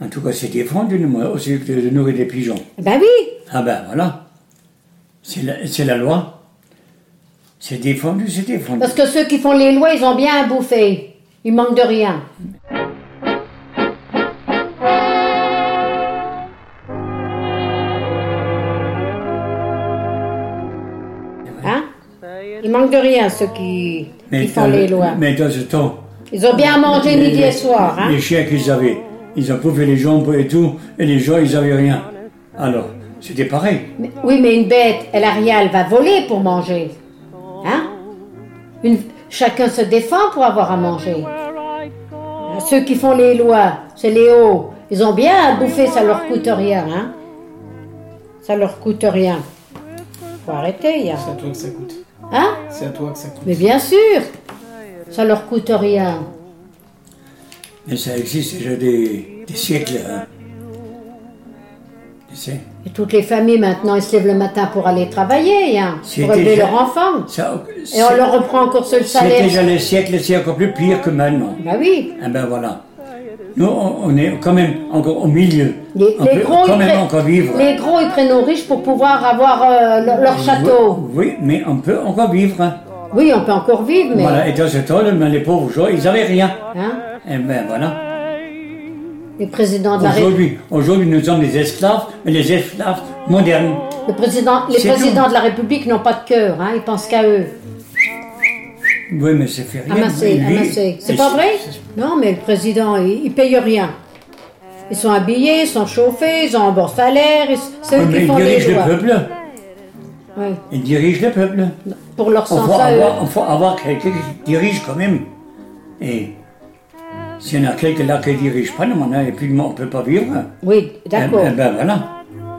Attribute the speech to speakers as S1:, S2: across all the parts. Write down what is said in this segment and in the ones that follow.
S1: En tout cas, c'était franc de, nous- aussi de de nourrir des pigeons.
S2: Ben oui,
S1: Ah ben voilà. C'est la, c'est la loi. C'est défendu, c'est défendu.
S2: parce que ceux qui font les lois, ils ont bien à bouffer. Ils manquent de rien. Hein? Ils manquent de rien, ceux qui, qui font
S1: dans-
S2: les lois.
S1: Mais dans ce temps,
S2: Ils ont bien à manger
S1: les,
S2: midi et soir. Hein?
S1: les chiens qu'ils avaient, ils ont pouffé les jambes et tout, et les gens, ils avaient rien. Alors, c'était pareil.
S2: Mais- Oui, mais une bête, elle a rien, elle va voler pour manger. Hein Une- Chacun se défend pour avoir à manger. Euh, Ceux qui font les lois, c'est les hauts. Ils ont bien à bouffer, ça leur coûte rien. Hein ça leur coûte rien. Faut arrêter, y a.
S3: C'est à toi que ça coûte.
S2: Hein
S3: C'est à toi que ça coûte.
S2: Mais bien sûr, ça leur coûte rien.
S1: Mais ça existe déjà des, des siècles. hein. Tu sais,
S2: Et toutes les familles maintenant, ils se lèvent le matin pour aller travailler, hein,
S1: C'est
S2: pour élever
S1: déjà-
S2: leur enfant.
S1: ça,
S2: Et on leur reprend encore ce
S1: c'est
S2: salaire.
S1: déjà les siècles, c'est encore plus pire que maintenant.
S2: Bah oui.
S1: Ah ben voilà. Nous, on, on est quand même encore au milieu.
S2: Les,
S1: on
S2: les
S1: peut
S2: gros,
S1: Ah, quand
S2: ils
S1: même
S2: prennent-
S1: encore vivre.
S2: les gros, ils prennent aux riches pour pouvoir avoir euh, le- leur château.
S1: Oui, mais on peut encore vivre. hein.
S2: Oui, on peut encore vivre, mais.
S1: Voilà, et dans ce temps les pauvres gens, ils n'avaient rien.
S2: hein,
S1: Eh ben voilà.
S2: le, président de la Ré-
S1: Aujourd'hui, aujourd'hui, nous sommes des esclaves, mais les esclaves modernes.
S2: le président, les
S1: C'est
S2: présidents
S1: tout.
S2: de la République n'ont pas de cœur, hein, ils pensent qu'à eux.
S1: Oui, mais ça fait rien.
S2: Amassés,
S1: Lui,
S2: amassés. C'est
S1: et
S2: pas
S1: c'est-
S2: vrai Non, mais le président, il, il paye rien. Ils sont habillés, ils sont chauffés, ils ont un bon salaire, ils- c'est eux
S1: Mais
S2: qui
S1: ils
S2: font les
S1: dirigent le
S2: lois.
S1: peuple.
S2: Ouais.
S1: Ils dirigent le peuple.
S2: Pour leur
S1: On
S2: sens
S1: faut
S2: à eux.
S1: avoir, on faut avoir quelqu'un qui dirige quand même. Et s'il y en a quelqu'un là qui ne dirige pas, non, on a- et puis on ne peut pas vivre.
S2: Oui, d'accord,
S1: Eh ben, ben voilà,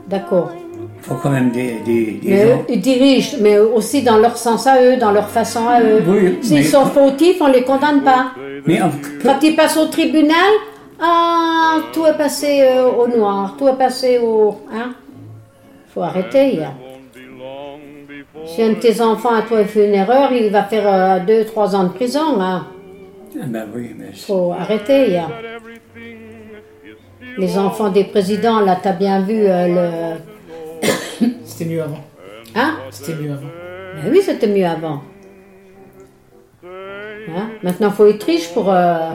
S2: d'accord.
S1: il faut quand même des, des, des
S2: Mais
S1: gens.
S2: eux, ils dirigent, mais aussi dans leur sens à eux, dans leur façon à eux.
S1: Oui,
S2: S'ils
S1: mais-
S2: sont fautifs, on les condamne pas.
S1: Mais on-
S2: Quand ils passent au tribunal, ah, tout est passé euh, au noir, tout est passé au. Hein Faut arrêter. là. Si un de tes enfants à toi il fait une erreur, il va faire euh, deux, trois ans de prison. Hein.
S1: Ah ben oui, mais c'est-
S2: Faut arrêter. là. Les enfants des présidents, là, t'as bien vu euh, le.
S3: C'était mieux avant.
S2: Hein
S3: C'était mieux avant.
S2: Ben oui, c'était mieux avant. Hein? Maintenant, faut être riche pour. euh,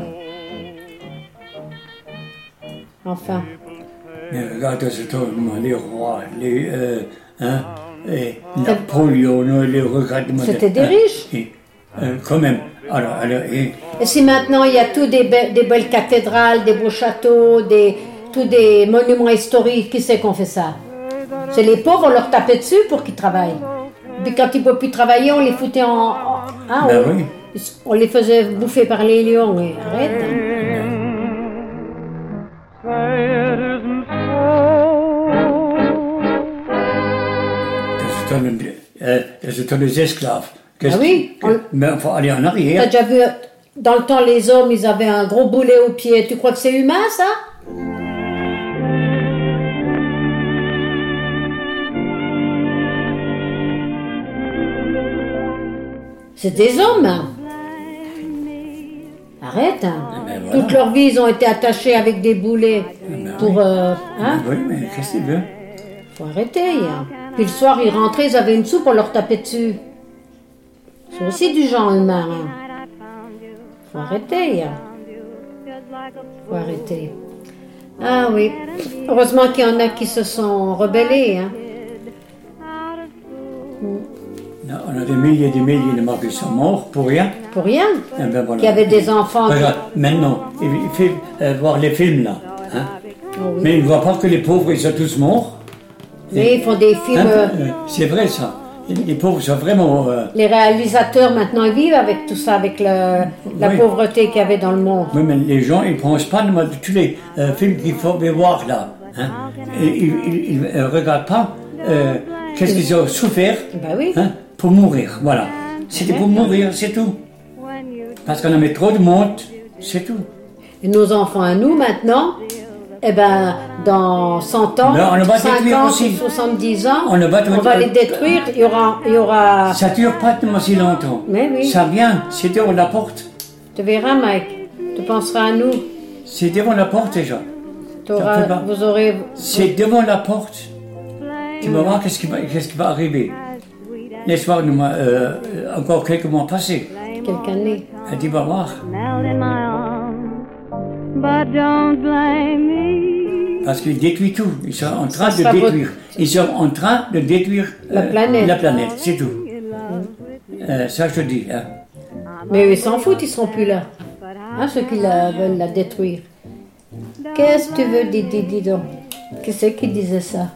S2: Enfin.
S1: mais regarde, c'est tout le monde, les rois, les. euh, hein, et Napoléon, les regarde.
S2: C'était des riches.
S1: Et, euh, quand même. Alors, alors, et,
S2: Et si maintenant il y a tout des, be- des belles cathédrales, des beaux châteaux, des, tous des monuments historiques, qui c'est qu'on fait ça C'est les pauvres, on leur tapait dessus pour qu'ils travaillent. Puis quand ils ne pouvaient plus travailler, on les foutait en. en- hein,
S1: Ben
S2: on,
S1: oui.
S2: on les faisait bouffer par les lions, oui. Arrête. hein.
S1: ce temps, euh, ce temps des esclaves. Qu'est-ce
S2: Ah oui,
S1: que- Mais il faut aller en
S2: T'as
S1: arrière.
S2: déjà vu, dans le temps, les hommes, ils avaient un gros boulet au pied. Tu crois que c'est humain, ça C'est des hommes. hein. Arrête. hein.
S1: Ben voilà. Eh ben
S2: Toute leur vie, ils ont été attachés avec des boulets pour... euh, hein
S1: Oui, mais qu'est-ce qu'il veut
S2: faut arrêter. hein. Puis le soir, ils rentraient, ils avaient une soupe, on leur tapait dessus. C'est aussi du genre humain. hein. Faut arrêter. hein. Faut arrêter. Ah oui. Heureusement qu'il y en a qui se sont rebellés. hein.
S1: Non, On a des milliers et des milliers de morts qui sont morts pour rien.
S2: Pour rien.
S1: Eh ben voilà.
S2: Qu'il y avait des enfants. qui-
S1: Regarde, maintenant, il il fait euh, voir les films là. hein.
S2: Oh oui.
S1: Mais il ne voit pas que les pauvres, ils sont tous morts.
S2: Mais ils font des films.
S1: Hein,
S2: euh,
S1: euh, c'est vrai ça. Les pauvres sont vraiment. euh,
S2: Les réalisateurs maintenant ils vivent avec tout ça, avec le- la
S1: Oui.
S2: pauvreté qu'il y avait dans le monde.
S1: oui, mais les gens, ils ne pensent pas de de tous les euh, films qu'il faut voir là. hein. Et ils ils- ils, euh, regardent pas euh, qu'est-ce qu'ils ont souffert
S2: Bah oui.
S1: hein, pour mourir. Voilà. C'était pour mourir, c'est tout. Parce qu'on a mis trop de monde, c'est tout.
S2: Et nos enfants à nous maintenant, eh ben, dans 100 ans,
S1: Ben, on va
S2: 50
S1: détruire
S2: ans,
S1: aussi.
S2: 70 ans,
S1: On va détruire-
S2: les détruire. Il y aura, il y aura.
S1: Ça dure pas tellement si longtemps.
S2: Mais oui.
S1: Ça vient, c'est devant la porte.
S2: Tu verras, Mike. Tu penseras à nous.
S1: C'est devant la porte déjà.
S2: t'auras-
S1: Ça fait pas-
S2: vous aurez.
S1: C'est devant la porte. Tu vas voir qu'est-ce qui va, qu'est-ce qui va arriver. L'espoir, nous m'a, euh, encore quelques mois passés.
S2: Quelqu'un né.
S1: Elle dit, va voir.
S4: Melt in my arms, but don't blame me.
S1: Parce qu'ils détruisent tout. Ils sont en train
S2: sera
S1: de détruire. Ils sont en train de détruire
S2: La
S1: euh,
S2: planète.
S1: La planète, c'est tout. Euh, ça, je te dis. hein.
S2: Mais ils s'en foutent, ils seront plus là. Hein, ceux qui la, veulent la détruire. Qu'est-ce que tu veux, Didi, dis donc Qui c'est qui disait ça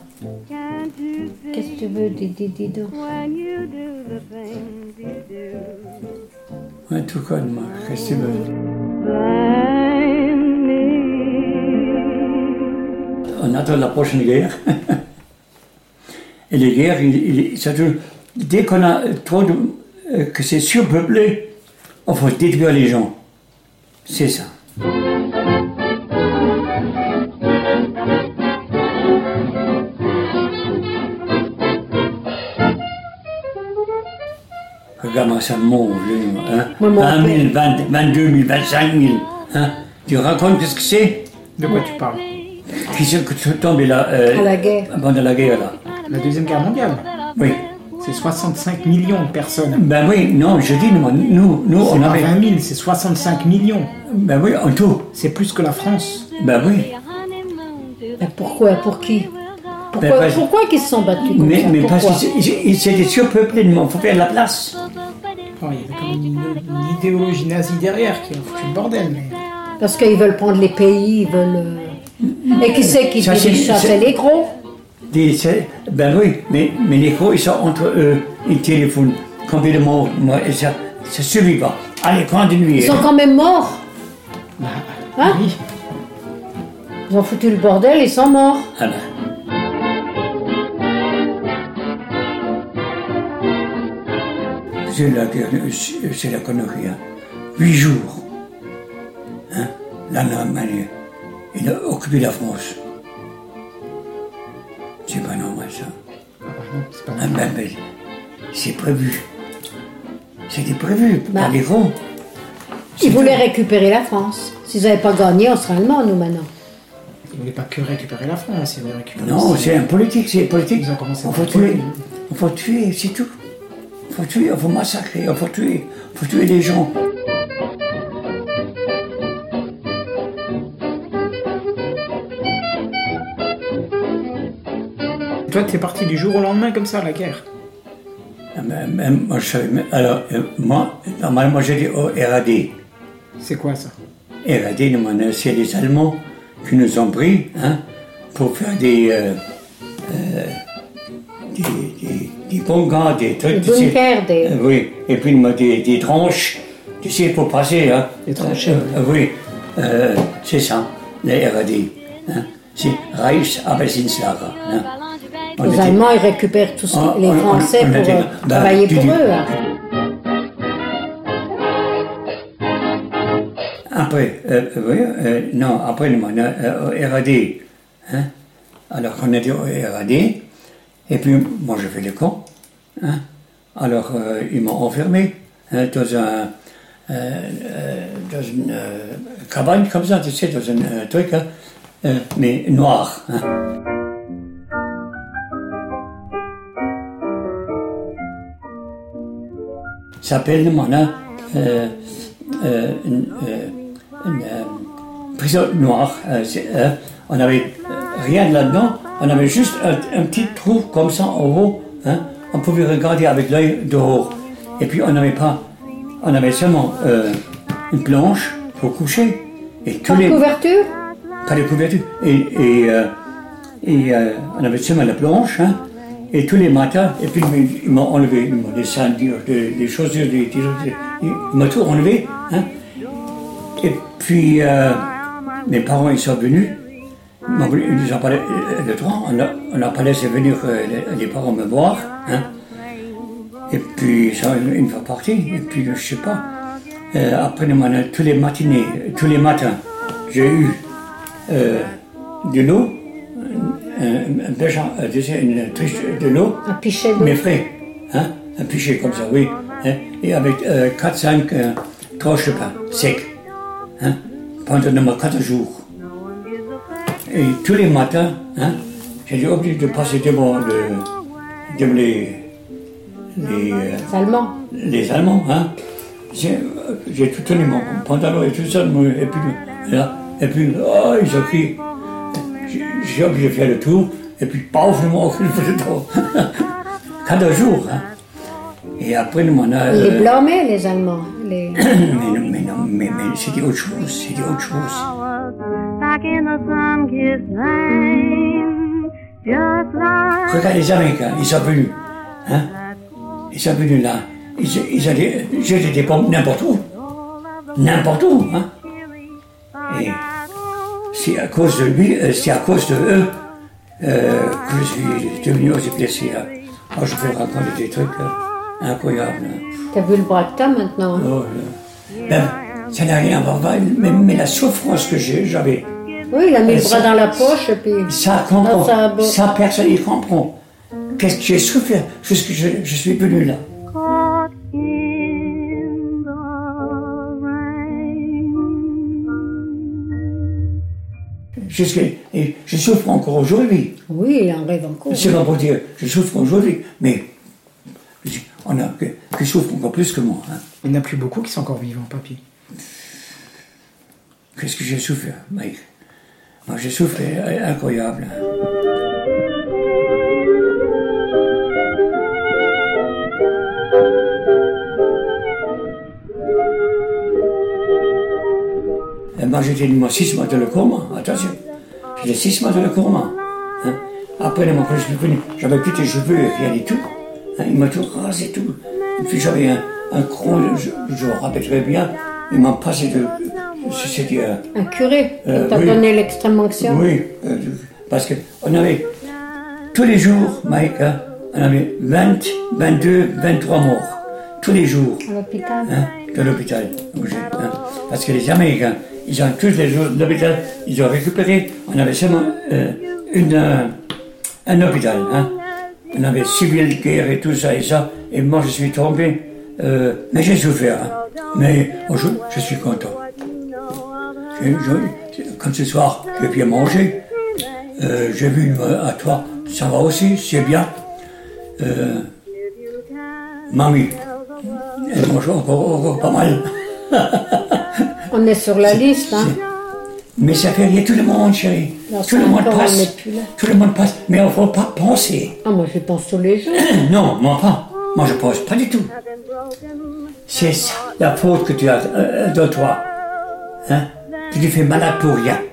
S4: Can't you see
S2: Qu'est-ce que tu veux, Didi, dis donc
S4: when you do the things you do?
S1: En tout cas, moi, qu'est-ce que tu veux?
S4: Blame me.
S1: On attend la prochaine guerre. Et les guerres, il, il- ça toujours- dès qu'on a trop de. euh, que c'est surpeuplé, on faut détruire les gens. C'est ça. Regarde-moi ça monte, hein?
S2: Moi, mon
S1: 20 000,
S2: père-
S1: 20 22 000, 25 000. Hein? Tu racontes qu'est-ce que c'est
S3: De quoi tu parles
S1: Qui c'est que tu tombes là euh,
S2: À la guerre.
S1: Pendant la guerre, là.
S3: La Deuxième Guerre mondiale
S1: Oui.
S3: C'est 65 millions de personnes.
S1: Ben oui, non, je dis, nous, nous, nous
S3: C'est
S1: on
S3: pas
S1: avait.
S3: 20 000, c'est 65 millions.
S1: Ben oui, en tout.
S3: C'est plus que la France.
S1: Ben oui.
S2: Mais pourquoi Pour qui Pourquoi,
S1: Ben, parce-
S2: pourquoi qu'ils se sont battus comme
S1: Mais,
S2: ça
S1: mais
S2: Pourquoi
S1: parce qu'ils étaient surpeuplés, il faut faire la place.
S3: Bon, il y a comme une, une idéologie nazie derrière qui a foutu le bordel. Mais...
S2: Parce qu'ils veulent prendre les pays, ils veulent. euh, Et qui c'est qui
S1: Ça,
S2: dit
S1: c'est-
S2: les chats
S1: c'est-
S2: C'est les gros.
S1: Des- c'est- ben oui, mais, mais les gros, ils sont entre eux, ils téléphonent. Combien de morts moi, et ça, ça suffit pas. Allez, continuez.
S2: Ils sont quand même morts.
S3: Bah,
S2: Hein
S3: oui.
S2: Ils ont foutu le bordel, ils sont morts.
S1: Ah ben. C'est la, guerre, c'est c'est la connerie. hein. Huit jours. Hein, L'Allemagne, il a occupé la France. C'est pas normal ça.
S3: Ah, bah non, c'est pas
S1: Ah
S3: normal.
S1: ben, ben, c'est prévu. C'était prévu par
S2: Bah.
S1: les ronds.
S2: Ils voulaient récupérer la France. S'ils n'avaient pas gagné, on serait allemands, nous, maintenant.
S3: Ils voulaient pas que récupérer la France, ils voulaient récupérer
S1: Non,
S3: aussi-
S1: c'est un politique, c'est politique.
S3: Ils ont commencé
S1: On
S3: par
S1: faut
S3: le
S1: tuer,
S3: Pologne.
S1: on faut tuer, c'est tout. On faut tuer, on faut massacrer, on faut tuer, on faut tuer les gens.
S3: Toi, t'es parti du jour au lendemain comme ça, à la guerre.
S1: Ah, mais- mais moi, je savais- mais alors, euh, moi, normalement, j'ai dit oh, RAD.
S3: C'est quoi ça
S1: RAD, normalement, c'est les Allemands qui nous ont pris hein, pour faire des, euh, euh, des, des, des bunkers, des trucs.
S2: Des
S1: tu sais.
S2: bunkers, des-
S1: Euh, oui, et puis moi, des, des tranches, tu sais, pour passer. Hein.
S3: Des tranchées,
S1: Euh, euh, oui, Euh, c'est ça, les RAD. Hein. C'est Reichsarbeitsinslager. Hein. Ah. On
S2: Les
S1: était-
S2: Allemands, ils récupèrent tous
S1: On-
S2: les
S1: Ah, on-
S2: Français
S1: on- on
S2: pour
S1: était-
S2: euh,
S1: bah,
S2: travailler
S1: tu
S2: pour
S1: dis-
S2: eux. hein.
S1: Après, euh, oui, euh, non, après, nous, on a euh, au RAD. Hein? Alors, on oh, était au RAD, et puis, moi, je fais le camp. Hein? Alors, euh, ils m'ont enfermé hein, dans un. euh, euh, dans une euh, cabane comme ça, tu sais, dans un euh, truc, hein, euh, mais noir. hein. Ça s'appelle maintenant euh, euh, une, euh, une, euh, prison noire. euh, c'est, euh, on n'avait rien là-dedans, on avait juste un, un petit trou comme ça en haut. hein. on pouvait regarder avec l'œil dehors. Et puis on n'avait pas, on avait seulement euh, une planche pour coucher. Et tous
S2: Pas de
S1: les
S2: couverture
S1: pas de couverture. Et, et, euh, et, euh, on avait seulement la planche, hein, et tous les matins, et puis ils m'ont enlevé, ils m'ont des sandures, des, des chaussures, des, des- des- ils m'ont tout enlevé. hein. Et puis euh, mes parents ils sont venus, ils m'ont- ils nous ont parlé euh, le droit, on a, on a pas laissé venir euh, les, les parents me voir. hein. Et puis ça, une fois parti, et puis je sais pas. euh, après le matin, tous les matinées, tous les matins, j'ai eu euh, de l'eau, un, un- un pêcheur, euh, tu sais, une triche de l'eau,
S2: Un pichet d'eau.
S1: mais frais, hein, un pichet comme ça, oui, hein, et avec 4-5 tranches de pain sec, hein, pendant 4 jours. Et tous les matins, hein, j'étais obligé de passer devant, le, devant les, les, euh,
S2: Seulement.
S1: les Allemands. Hein. J'ai euh, j'ai tout tenu mon pantalon et tout ça. mon- Et puis, là, et puis oh, ils ont crié. J'ai- J'ai obligé de faire le tour. Et puis, paf, je m'en fous dedans. Quatre jours. Hein. Et après, le monarque.
S2: Ils les blâmaient, les Allemands. Les...
S1: euh, Mais non, mais non, mais, mais c'était autre chose, c'était autre chose.
S4: flowers back in the sun-kissed plain. Just like
S1: Regarde les Américains, ils sont venus. Hein? Ils sont venus là. Ils, ils allaient jeter des bombes n'importe où. N'importe où. Hein? Et c'est à cause de lui, euh, c'est à cause de eux euh, que je suis devenu aussi blessé. Hein? Oh, je peux raconter des trucs euh, incroyables. hein.
S2: T'as vu le Bracta maintenant hein?
S1: Oh, là. Même, ça n'a rien à voir, mais, mais la souffrance que j'ai- j'avais.
S2: Oui, il a mis le bras
S1: Euh. ça-
S2: dans la poche et puis.
S1: Ça
S2: dans sa
S1: comprend.
S2: bo-
S1: Ça, personne n'y comprend. Qu'est-ce que j'ai souffert jusqu'à ce que je, je suis venu là.
S4: caught in the rain.
S1: Jusqu'à, et je souffre encore aujourd'hui.
S2: Oui, il en rêve encore.
S1: C'est pas pour dire je souffre aujourd'hui, mais je- on a que, qui souffre encore plus que moi. hein.
S3: Il n'y en a plus beaucoup qui sont encore vivants, papy.
S1: Qu'est-ce que j'ai souffert, mec Moi, j'ai souffert euh, incroyable. Et moi, j'étais moi, six mois dans le coma, attention. J'étais six mois dans le coma. hein. Après, le moment que je suis venu, j'avais plus de cheveux, rien du tout. hein. Il m'a tout rasé, tout. Et puis, j'avais un, un crâne, je, je me rappelle très bien, il m'a passé de... C'était... euh,
S2: Un curé
S1: Euh,
S2: qui t'a
S1: oui.
S2: donné l'extrême onction.
S1: oui, euh, parce que on avait tous les jours, Mike, hein, on avait 20, 22, 23 morts, tous les jours,
S2: À l'hôpital.
S1: hein, de l'hôpital. où j'ai, hein. parce que les Américains, ils ont tous les jours de l'hôpital, ils ont récupéré, on avait seulement euh, une, euh, un hôpital. hein. On avait civil guerre et tout ça et ça, et moi je suis tombé, euh, mais j'ai souffert, hein. mais aujourd'hui je suis content. Et je- comme ce soir, j'ai bien mangé. Euh, j'ai vu euh, à toi, ça va aussi, c'est bien. Euh, mamie, elle mange encore, encore pas mal.
S2: On est sur la liste, hein.
S1: Mais ça fait rire tout le monde, chérie.
S2: Non,
S1: tout le
S2: c'est
S1: monde
S2: encore, on
S1: passe.
S2: n'est plus là.
S1: Tout le monde passe. Mais on ne faut pas penser.
S2: Ah, moi, je pense tous les jours.
S1: Non, moi pas. Moi, je pense pas du tout. C'est ça, la faute que tu as euh, euh, de toi. Hein? Tu te fais malade pour rien.